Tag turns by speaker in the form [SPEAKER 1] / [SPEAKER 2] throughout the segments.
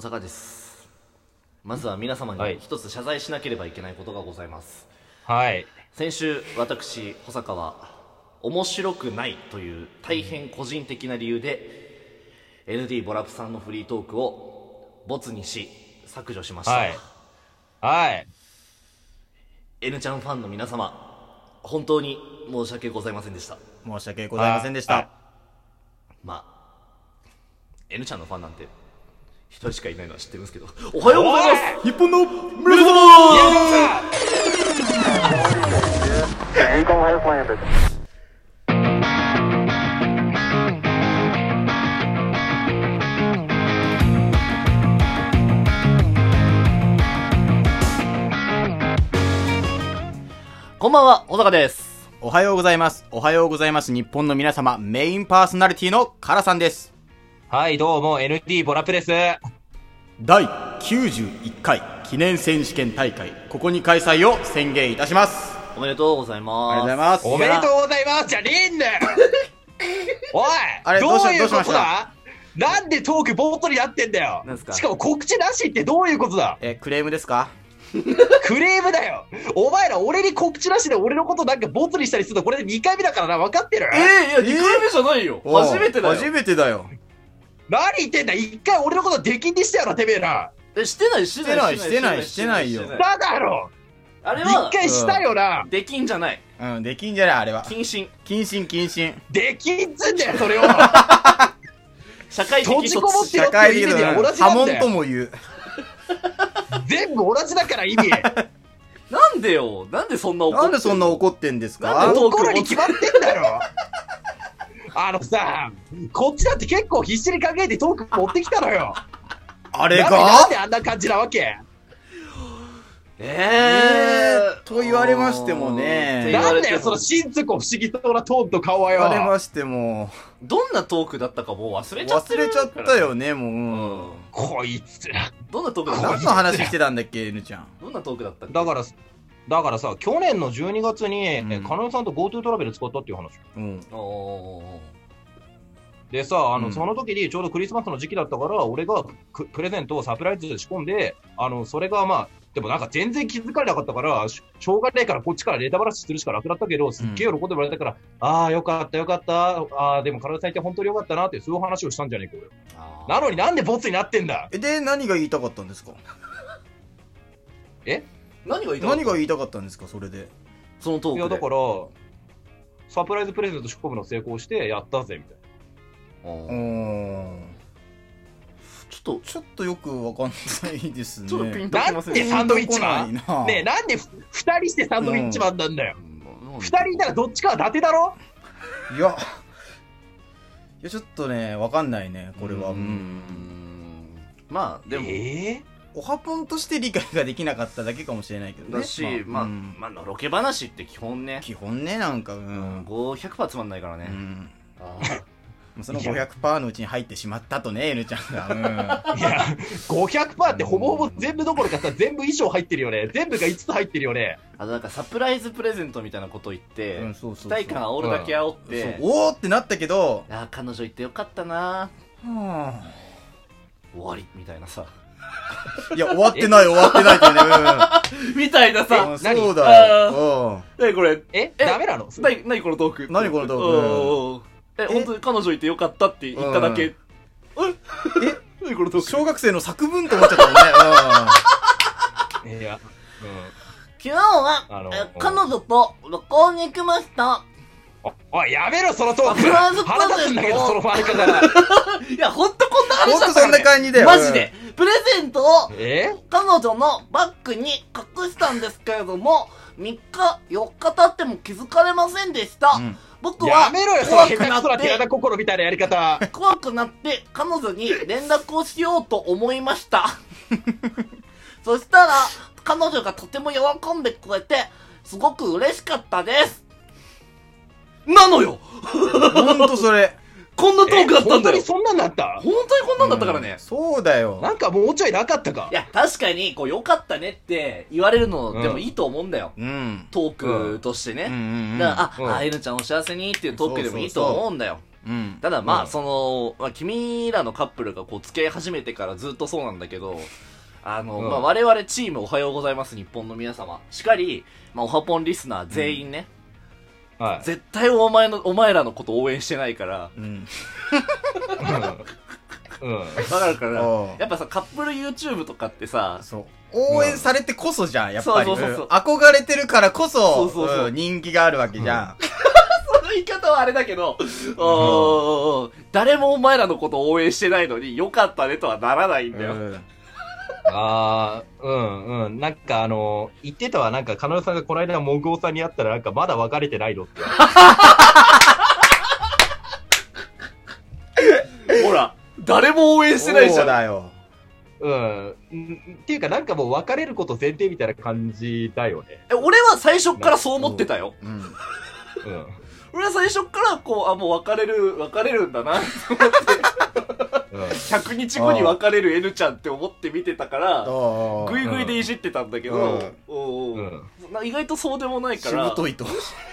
[SPEAKER 1] 坂ですまずは皆様
[SPEAKER 2] は
[SPEAKER 1] に
[SPEAKER 2] い
[SPEAKER 1] 一つ謝罪しなければいけないことがございます、
[SPEAKER 2] はい。
[SPEAKER 1] 先週私保坂は面白くないという大変個人的な理由で、ND ボラプさんのフリートークをボツにし削除しました、
[SPEAKER 2] はい。はい。
[SPEAKER 1] N ちゃんファンの皆様本当に申し訳ございませんでした
[SPEAKER 3] 申し訳ございませんでした。
[SPEAKER 2] はい
[SPEAKER 1] まあ N ちゃんのファンなんて一人しかいないのは知ってるんですけどおはようございます日本の皆様
[SPEAKER 2] さあ
[SPEAKER 4] Eagle has landed.
[SPEAKER 1] こんばんは小坂です
[SPEAKER 3] おはようございます。おはようございます。日本の皆様、メインパーソナリティのカラさんです。
[SPEAKER 2] はい、どうも、ND ボラプレス。
[SPEAKER 3] 第91回記念選手権大会、ここに開催を宣言いたします。
[SPEAKER 1] おめでとうございます
[SPEAKER 3] ありがとうございます。
[SPEAKER 2] おめでとうございますじゃねえんだよおい
[SPEAKER 3] あれ
[SPEAKER 2] ど
[SPEAKER 3] どうし
[SPEAKER 2] う
[SPEAKER 3] た
[SPEAKER 2] いうこと
[SPEAKER 3] どうしま
[SPEAKER 2] だなんでトークボートになってんだよ
[SPEAKER 1] なんすか
[SPEAKER 2] しかも告知なしってどういうことだ
[SPEAKER 3] えー、クレームですか
[SPEAKER 2] クレームだよお前ら俺に告知なしで俺のことなんかボツにしたりするのこれで2回目だからな分かってる
[SPEAKER 1] ええいや2回目じゃないよ、初めてだ
[SPEAKER 3] お
[SPEAKER 1] よ
[SPEAKER 3] う初めてだよ。
[SPEAKER 2] 何言ってんだ1回俺のこと出禁にしたよなてめえら
[SPEAKER 1] えしてないしてない
[SPEAKER 3] してないしてないしてないよ
[SPEAKER 2] だだろ
[SPEAKER 1] あれは
[SPEAKER 2] 1回したよな、
[SPEAKER 1] できんじゃない
[SPEAKER 3] うん、できんじゃないあれは。
[SPEAKER 1] 謹慎
[SPEAKER 3] 謹慎謹慎。
[SPEAKER 2] 出禁っつんだよそれを
[SPEAKER 1] 社会的
[SPEAKER 2] 閉じこもって
[SPEAKER 3] 社会的
[SPEAKER 2] いや
[SPEAKER 3] な
[SPEAKER 2] 同じな
[SPEAKER 3] 波
[SPEAKER 2] んだよ
[SPEAKER 3] 紋とも言う。
[SPEAKER 2] 全部同じだから意味
[SPEAKER 1] なんでよなんでそんな怒って
[SPEAKER 3] なんでそんな怒ってんです
[SPEAKER 1] なん
[SPEAKER 3] か
[SPEAKER 1] でトーク
[SPEAKER 2] 怒るに決まってんだろ あのさこっちだって結構必死に考えてトーク持ってきたのよ
[SPEAKER 3] あ
[SPEAKER 2] あ
[SPEAKER 3] れ
[SPEAKER 2] な
[SPEAKER 3] が
[SPEAKER 2] んであんな感じなわけ
[SPEAKER 1] え
[SPEAKER 3] えーと言われましてもね
[SPEAKER 1] って言わ
[SPEAKER 2] な
[SPEAKER 1] れ
[SPEAKER 2] ん
[SPEAKER 1] ても
[SPEAKER 2] だよその心底不思議そうなトーンと顔は
[SPEAKER 3] 言
[SPEAKER 2] よ
[SPEAKER 3] われましても、
[SPEAKER 1] どんなトークだったかもう忘れちゃっ
[SPEAKER 3] 忘
[SPEAKER 1] てる
[SPEAKER 3] れちゃったよね、
[SPEAKER 1] う
[SPEAKER 3] もう。
[SPEAKER 1] ん
[SPEAKER 2] こいつら
[SPEAKER 1] どんなトークだった
[SPEAKER 3] 何の話してたんだっけ、N ちゃん。
[SPEAKER 1] どんなトークだったっけ
[SPEAKER 2] だからだからさ去年の12月に
[SPEAKER 3] うん
[SPEAKER 2] カノエさんと GoTo トラベル使ったっていう話
[SPEAKER 3] うん。
[SPEAKER 1] おー
[SPEAKER 2] でさあの、
[SPEAKER 3] うん
[SPEAKER 2] その時にちょうどクリスマスの時期だったから俺がくプレゼントをサプライズで仕込んであのそれがまあでもなんか全然気づかれなかったからししょうがねえからこっちからネタバラシするしかなくなったけどすっげえ喜んでもらえたから、ああよかったよかったああでも体さんいて本当によかったなってそういう話をしたんじゃねえか俺
[SPEAKER 1] あー
[SPEAKER 2] なのになんでボツになってんだ
[SPEAKER 3] えで、何が言いたかったんですか
[SPEAKER 1] 何が言いたかった
[SPEAKER 3] 何が言いたかったんですか、それで。
[SPEAKER 1] そのトー
[SPEAKER 2] いや
[SPEAKER 1] ク
[SPEAKER 2] だ
[SPEAKER 1] で
[SPEAKER 2] からサプライズプレゼント仕込むの成功してやったぜみたいな
[SPEAKER 1] お
[SPEAKER 3] う
[SPEAKER 1] ー
[SPEAKER 3] ーん。
[SPEAKER 1] ちょっと
[SPEAKER 3] ちょっとよくわかんないですね。
[SPEAKER 1] ちょっとピンとき
[SPEAKER 2] だ
[SPEAKER 1] ま
[SPEAKER 2] っ
[SPEAKER 1] せん
[SPEAKER 2] てサンドウィッチマ
[SPEAKER 3] ピ
[SPEAKER 2] ン
[SPEAKER 3] ンとこないな
[SPEAKER 2] ねえなんでふ二人してサンドウィッチマンなんだよ、
[SPEAKER 1] 2
[SPEAKER 2] 二人いたらどっちかは伊達だろ
[SPEAKER 3] いや。いや、ちょっとね、わかんないね、これは。
[SPEAKER 1] う
[SPEAKER 3] うんん。
[SPEAKER 1] まあでも、
[SPEAKER 2] ええ
[SPEAKER 3] おはぽんとして理解ができなかっただけかもしれないけどね。
[SPEAKER 1] だし、まあ、
[SPEAKER 3] うん
[SPEAKER 1] まあ、のろけ話って基本ね、
[SPEAKER 3] 基本ね、なんか、う
[SPEAKER 1] うんん、。500%つまんないから
[SPEAKER 3] う
[SPEAKER 1] ね。
[SPEAKER 3] ん。
[SPEAKER 1] あー
[SPEAKER 3] その500%のうちに入ってしまったとね、N ちゃんが。
[SPEAKER 2] いや、500%ってほぼほぼ全部どころかさ、全部衣装入ってるよね。全部が5つ入ってるよね。
[SPEAKER 1] あとなんかサプライズプレゼントみたいなこと言 って、
[SPEAKER 3] うん。うん、そう
[SPEAKER 1] 期
[SPEAKER 3] そうそう。
[SPEAKER 1] 待感煽るだけ煽って、
[SPEAKER 3] そうおーってなったけど、
[SPEAKER 1] あー彼女行ってよかったな
[SPEAKER 3] は
[SPEAKER 1] 終わりみたいなさ
[SPEAKER 3] ぁいや、終わってない、終わってないけどね。
[SPEAKER 1] みたいな
[SPEAKER 3] うん
[SPEAKER 1] さ
[SPEAKER 3] うん
[SPEAKER 2] 何
[SPEAKER 3] そうだよ。
[SPEAKER 1] 何これ
[SPEAKER 2] えダメなの
[SPEAKER 1] な何このトーク
[SPEAKER 3] 何このトーク
[SPEAKER 1] おーえ本当に彼女いてよかったって言っただけ、え
[SPEAKER 3] え
[SPEAKER 1] 何この
[SPEAKER 3] う
[SPEAKER 1] ト
[SPEAKER 3] ん
[SPEAKER 1] ーク昨
[SPEAKER 3] 小学生の作文と思っちゃったもんね。
[SPEAKER 2] いや、
[SPEAKER 1] 日は、
[SPEAKER 2] あの
[SPEAKER 1] え彼女と旅行に行きました
[SPEAKER 2] うん。おおい、やめろ、そのトーク
[SPEAKER 1] サプライズプレゼント
[SPEAKER 2] 腹立つんだけど、その回り方が。
[SPEAKER 1] いや本当こんな
[SPEAKER 3] うん。ほ
[SPEAKER 1] 話だった
[SPEAKER 3] んとそん
[SPEAKER 1] か
[SPEAKER 3] な
[SPEAKER 1] ら、ね、
[SPEAKER 3] 感じだよ。
[SPEAKER 1] マジでプレゼントを
[SPEAKER 2] え
[SPEAKER 1] 彼女のバッグに隠したんですけれども3日4日経っても気づかれませんでした、
[SPEAKER 3] うん。
[SPEAKER 1] 僕
[SPEAKER 2] や
[SPEAKER 1] は
[SPEAKER 2] めろよ、その
[SPEAKER 1] 怖
[SPEAKER 2] 下手
[SPEAKER 1] く
[SPEAKER 2] くそ
[SPEAKER 1] な
[SPEAKER 2] な
[SPEAKER 1] っ
[SPEAKER 2] 寺
[SPEAKER 1] て
[SPEAKER 2] 田心みたいなやり方。
[SPEAKER 1] 怖くなって彼女に連絡をしようと思いました そしたら彼女がとても喜んでくれてすごく嬉しかったですなのよ
[SPEAKER 3] うん。ほんとそれ。
[SPEAKER 1] こんなトークだったん
[SPEAKER 2] 本
[SPEAKER 1] だ
[SPEAKER 2] 当
[SPEAKER 1] よ
[SPEAKER 2] にそんなんだった
[SPEAKER 1] 本当にこんなんだったから
[SPEAKER 3] う
[SPEAKER 1] ね
[SPEAKER 3] ん、そうだよ。
[SPEAKER 2] なんかもうちょいなかったか
[SPEAKER 1] い。や確かにこう良かったねって言われるのでもいいと思うんだよ、
[SPEAKER 3] うん。
[SPEAKER 1] トークとしてね、
[SPEAKER 3] うんうんうん
[SPEAKER 1] だから、あ、
[SPEAKER 2] うん
[SPEAKER 1] あ、N ちゃんお幸せにっていうトークでもいいと思うんだよ。
[SPEAKER 3] うん。
[SPEAKER 1] ただま
[SPEAKER 2] う
[SPEAKER 1] あ、
[SPEAKER 2] ん
[SPEAKER 1] その、まあ、君らのカップルがこう付き合い始めてからずっとそうなんだけど、あの、
[SPEAKER 2] うん
[SPEAKER 1] まあ、我々チームおはようございます日本の皆様。しかり、まあ、おはぽんリスナー全員ね、
[SPEAKER 2] はい。
[SPEAKER 1] 絶対お前の、お前らのこと応援してないから、
[SPEAKER 3] うん。
[SPEAKER 2] うん。うん
[SPEAKER 1] わかるから
[SPEAKER 3] うん、
[SPEAKER 1] やっぱさ、カップル YouTube とかってさ、
[SPEAKER 3] そう。応援されてこそじゃん、やっぱり。
[SPEAKER 1] そうそうそうそうん
[SPEAKER 3] 憧れてるからこそ、
[SPEAKER 1] そうそうそうん
[SPEAKER 3] 人気があるわけじゃん。
[SPEAKER 1] その言い方はあれだけど、おー誰もお前らのこと応援してないのに、よかったねとはならないんだよ。
[SPEAKER 3] うん
[SPEAKER 2] ああ、うんうん。なんかあの、言ってたわ、なんか、カノさんがこの間、モグオさんに会ったら、なんか、まだ別れてないのって。
[SPEAKER 1] ほら、誰も応援してないじ
[SPEAKER 3] そう
[SPEAKER 1] ゃん。
[SPEAKER 3] だよ。
[SPEAKER 2] うん。んっていうか、なんかもう別れること前提みたいな感じだよね。
[SPEAKER 1] え俺は最初からそう思ってたよ。
[SPEAKER 3] うん。
[SPEAKER 2] うん。
[SPEAKER 1] 俺は最初からこう、あ、もう別れる、別れるんだな。
[SPEAKER 2] うん
[SPEAKER 1] 100日後に別れる N ちゃんって思って見てたから、
[SPEAKER 3] どう
[SPEAKER 1] ぐいぐいでいじってたんだけど、
[SPEAKER 3] うん
[SPEAKER 1] おうおうな意外とそうでもない
[SPEAKER 3] し
[SPEAKER 1] から、
[SPEAKER 3] ぶといと。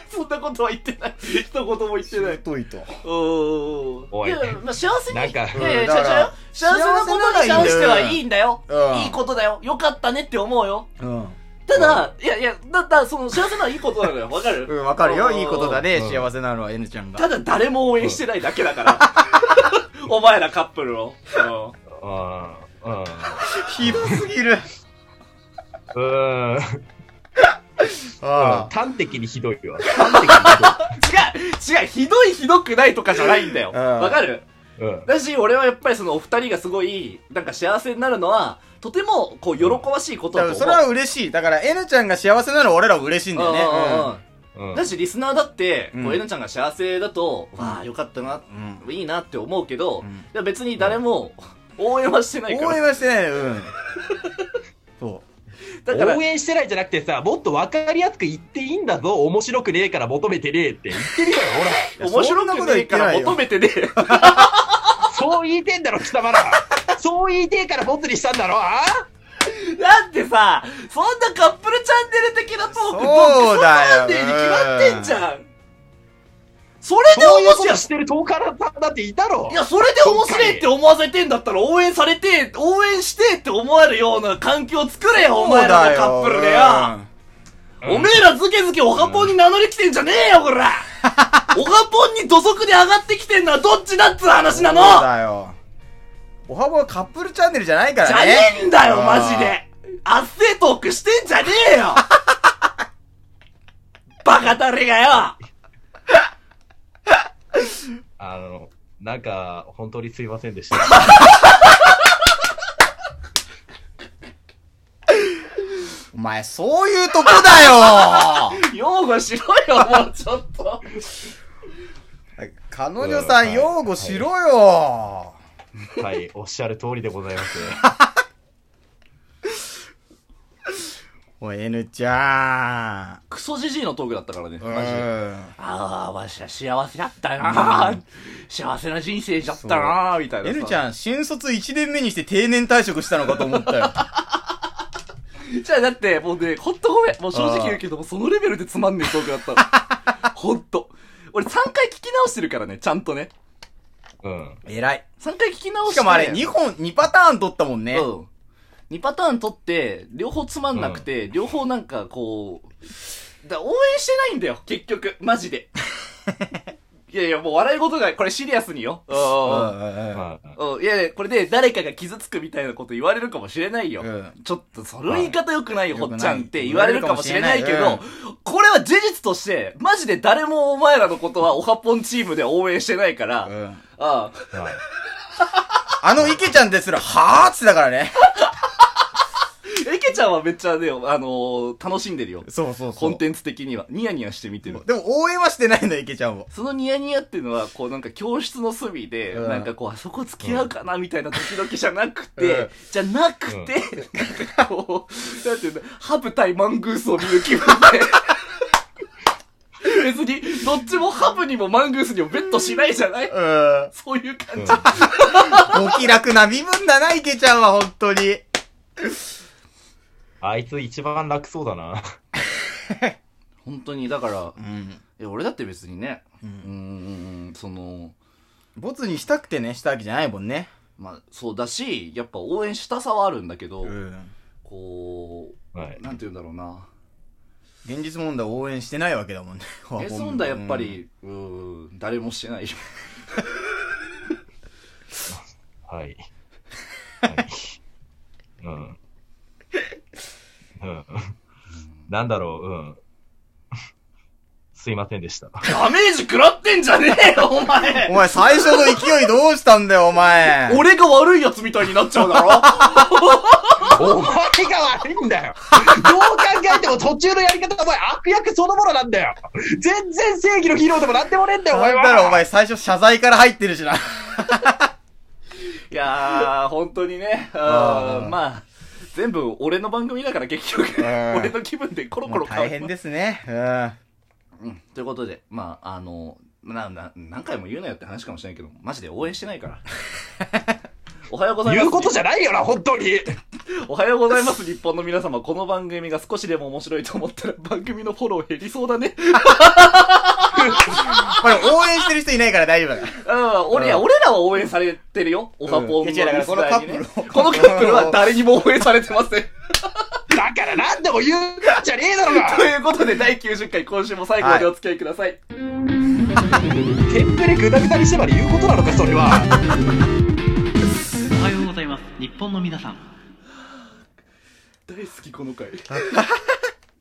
[SPEAKER 1] そんなことは言ってない。一言も言って
[SPEAKER 3] し
[SPEAKER 1] な
[SPEAKER 3] ぶ
[SPEAKER 1] い。
[SPEAKER 3] といと。
[SPEAKER 1] おうおうおう
[SPEAKER 2] おい
[SPEAKER 1] いや、まあ、幸せに。
[SPEAKER 2] なんか
[SPEAKER 1] いやいや
[SPEAKER 3] うんだから
[SPEAKER 1] 違う違う幸せなことに関してはいいんだよ。
[SPEAKER 3] うん
[SPEAKER 1] いいことだよ。よかったねって思うよ。
[SPEAKER 3] うん。
[SPEAKER 1] ただ、いやいや、だ、だ、その幸せなのはいいことなのよ。わかる
[SPEAKER 3] うん、わかるよ。
[SPEAKER 1] うん
[SPEAKER 3] いいことだね。
[SPEAKER 2] うん
[SPEAKER 3] 幸せなのは N ちゃん
[SPEAKER 1] た
[SPEAKER 3] が。
[SPEAKER 1] だ誰も応援してないだけだから。お前らカップルを。うん
[SPEAKER 2] あー
[SPEAKER 3] ひどすぎる。
[SPEAKER 2] うん。うん。
[SPEAKER 3] あ
[SPEAKER 2] 端的にひどいわ。端
[SPEAKER 1] 違う違うひどいひどくないとかじゃないんだよ。
[SPEAKER 3] うん
[SPEAKER 1] わかる
[SPEAKER 2] 的にひどい。うん。
[SPEAKER 1] だし、俺はやっぱりそのお二人がすごい、なんか幸せになるのは、とても、こう、喜ばしいことだと
[SPEAKER 3] あ。
[SPEAKER 1] 思う。
[SPEAKER 3] それは嬉しい。だから N ちゃんが幸せなのは俺らは嬉しいんだよね。
[SPEAKER 1] うんうんうん
[SPEAKER 2] うん
[SPEAKER 1] だし、リスナーだって、
[SPEAKER 3] うん
[SPEAKER 1] こう、えなちゃんが幸せだと、わあ、よかったな、
[SPEAKER 3] うん
[SPEAKER 1] いいなって思うけど、
[SPEAKER 3] うん
[SPEAKER 1] いや別に誰も、応援はしてないか
[SPEAKER 3] 応援
[SPEAKER 1] ら。
[SPEAKER 3] はしてない。うん。そ
[SPEAKER 1] だから
[SPEAKER 2] 応、援してないじゃなくてさ、もっと分かりやすく言っていいんだぞ、面白くねえから求めてねえって言ってみろよ、
[SPEAKER 3] う。
[SPEAKER 1] 面白くねえから求めてねえ。
[SPEAKER 2] ほら。そう言いてんだろ、貴様ら。そう言いてえからボツにしたんだろ、あ
[SPEAKER 1] だってさ、そんなカップルチャンネル的なトーク、
[SPEAKER 3] そ
[SPEAKER 1] ドッ
[SPEAKER 3] うだよ
[SPEAKER 1] グサンデーに決まってんじゃん。それで
[SPEAKER 2] そういう
[SPEAKER 1] 面
[SPEAKER 2] こと
[SPEAKER 1] 白い。
[SPEAKER 2] してるトーカーさんだっていたろ
[SPEAKER 1] い。や、それで面白いって思わせてんだったら、応援されて、応援してって思えるような環境を作れよ、お
[SPEAKER 3] そう
[SPEAKER 1] 前ら
[SPEAKER 3] だ
[SPEAKER 1] の
[SPEAKER 3] よ。
[SPEAKER 1] カップルでよ。
[SPEAKER 2] うん
[SPEAKER 1] おめえらずけずけおはぽんに名乗りきてんじゃねえよ、こらおはぽんに土足で上がってきてんのはどっちだっつう話なの
[SPEAKER 3] そうだよ。おはぼはカップルチャンネルじゃないから
[SPEAKER 1] じ
[SPEAKER 3] ね。
[SPEAKER 1] ゃねえんだよ、
[SPEAKER 3] あー
[SPEAKER 1] マジであっせトークしてんじゃねえよ バカだれがよ
[SPEAKER 2] あの、なんか、本当にすいませんでした。
[SPEAKER 3] お前、そういうとこ だよ
[SPEAKER 1] 擁護しろ よ、もうちょっと。
[SPEAKER 3] 彼女さ、
[SPEAKER 2] うんん
[SPEAKER 3] 擁護しろよ
[SPEAKER 2] はい、おっしゃる通りでござい ます。
[SPEAKER 3] おい、N ちゃ
[SPEAKER 1] クソじじいのトークだったからね、
[SPEAKER 3] ん。う
[SPEAKER 1] マジで。
[SPEAKER 3] ん。
[SPEAKER 1] ああ、わしは幸せだったな、幸せな人生じゃったなみたいな
[SPEAKER 3] N ち
[SPEAKER 1] ん。
[SPEAKER 3] ゃん、新卒1年目にして定年退職したのかと思ったよ。
[SPEAKER 1] じゃあだって、もうね、ほんとごめん。もう正直言うけど、もうそのレベルでつまんねえトークだ ったの。ほんと。俺3回聞き直してるからね、ちゃんとね。
[SPEAKER 2] うん。
[SPEAKER 3] 偉い。
[SPEAKER 1] 3回聞き直して。
[SPEAKER 3] しかもあれ、2本、2パターン取ったもんね。
[SPEAKER 1] うん。2パターン取って、両方つまんなくて、両方なんかこう、だ応援してないんだよ、結局。マジ で。いやいや、もう笑い事が、これシリアスによ。
[SPEAKER 3] うん
[SPEAKER 1] うん
[SPEAKER 3] うん
[SPEAKER 2] まあ
[SPEAKER 1] うん、いやいや、これで誰かが傷つくみたいなこと言われるかもしれないよ。
[SPEAKER 3] うん
[SPEAKER 1] ちょっと、その言い方良くないよ、
[SPEAKER 3] うん
[SPEAKER 1] ほっちゃんって
[SPEAKER 3] 良
[SPEAKER 1] 言
[SPEAKER 3] くな
[SPEAKER 1] わ
[SPEAKER 3] い
[SPEAKER 1] れるかもしれないけど、
[SPEAKER 3] 言われるか
[SPEAKER 1] これは事実として、マジで誰もお前らのことはオハポンチームで応援してないから、
[SPEAKER 3] う
[SPEAKER 1] あ
[SPEAKER 3] ん。
[SPEAKER 1] あ
[SPEAKER 2] はい
[SPEAKER 3] あの、池ちゃんですら、はぁーってだからね。
[SPEAKER 1] えけちゃんはめっちゃね、あのー楽しんでるよ。
[SPEAKER 3] そうそう
[SPEAKER 1] コンテンツ的には。ニヤニヤして見てる。
[SPEAKER 3] でも、応援はしてないんだよ、池ちゃんを。
[SPEAKER 1] そのニヤニヤっていうのは、こうなんか教室の隅で、
[SPEAKER 3] うん
[SPEAKER 1] なんかこう、あそこ付き合うかなみたいな時々じゃなくて、
[SPEAKER 3] うん
[SPEAKER 1] じゃなくて、なんかこう、なんていうんだ、ハブ対マングースを見る気分で。別に、どっちもハブにもマングースにもベットしないじゃない
[SPEAKER 3] うん。
[SPEAKER 1] そういう感じ。
[SPEAKER 3] お気楽な身分だな、池ちゃんは、本当に。
[SPEAKER 2] あいつ一番楽そうだな。
[SPEAKER 1] 本当に、だから
[SPEAKER 3] う、ん。
[SPEAKER 1] いや俺だって別にね、
[SPEAKER 3] う
[SPEAKER 1] うーん、その、
[SPEAKER 3] ボツにしたくてね、したわけじゃないもんね。
[SPEAKER 1] まあ、そうだし、やっぱ応援したさはあるんだけど、
[SPEAKER 3] うん。
[SPEAKER 1] こ
[SPEAKER 2] はい。
[SPEAKER 1] う、なんて言うんだろうな。
[SPEAKER 3] 現実問題を応援してないわけだもんね。
[SPEAKER 1] え、そんだやっぱり、うーん、誰もしてないよ。
[SPEAKER 2] はい。はいうん。うん。なんだろう、うん。すいませんでした。
[SPEAKER 1] ダメージ食らってんじゃねえよ、お
[SPEAKER 3] うん。お
[SPEAKER 1] 前
[SPEAKER 3] 前最初の勢いどうしたんだよ、お 前。
[SPEAKER 1] 俺が悪いやつみたいになっちゃうだろ
[SPEAKER 2] お前が悪いんだよどう考えても途中のやり方はお前悪役そのものなんだよ全然正義のヒーローでもなんでもねえん だよお前
[SPEAKER 3] なん
[SPEAKER 2] は
[SPEAKER 3] だろ、お前最初謝罪から入ってるしな。
[SPEAKER 1] いやー、本当にね、あ
[SPEAKER 3] あ
[SPEAKER 1] ー
[SPEAKER 3] ー
[SPEAKER 1] まあ、全部俺の番組だから結局、
[SPEAKER 3] ん
[SPEAKER 1] 俺の気分でコロコ
[SPEAKER 3] も
[SPEAKER 1] ロ
[SPEAKER 3] う大変
[SPEAKER 1] で。
[SPEAKER 3] ですね。うん。
[SPEAKER 1] うん、ということで、まあ、あの、な、な、何回も言うなよって話かもしれないけど、マジで応援してないから。おはようございます。
[SPEAKER 2] 言うことじゃないよな、本当に
[SPEAKER 1] おはようございます、日本の皆様。この番組が少しでも面白いと思ったら、番組のフォロー減りそうだね。
[SPEAKER 3] これ応援してる人いないから大丈夫だから。
[SPEAKER 1] うん、俺や、
[SPEAKER 3] うん
[SPEAKER 1] 俺らは応援されてるよ。おはぽんの
[SPEAKER 3] うん
[SPEAKER 1] リ
[SPEAKER 3] い
[SPEAKER 1] ス
[SPEAKER 3] や
[SPEAKER 1] ナ
[SPEAKER 3] 違うだから
[SPEAKER 1] ー
[SPEAKER 3] こ
[SPEAKER 1] に
[SPEAKER 3] の
[SPEAKER 1] ね
[SPEAKER 3] カップルを
[SPEAKER 1] このカップルは誰にも応援されてません。
[SPEAKER 2] だからなんでも言うんじゃねえだろうが
[SPEAKER 1] ということで、第90回、今週も最後までお付き合いください。
[SPEAKER 2] テンプレグダグダにしてまで言うことなのか、それは
[SPEAKER 4] おはようございます。日本の皆さん。
[SPEAKER 1] 大好き、この回。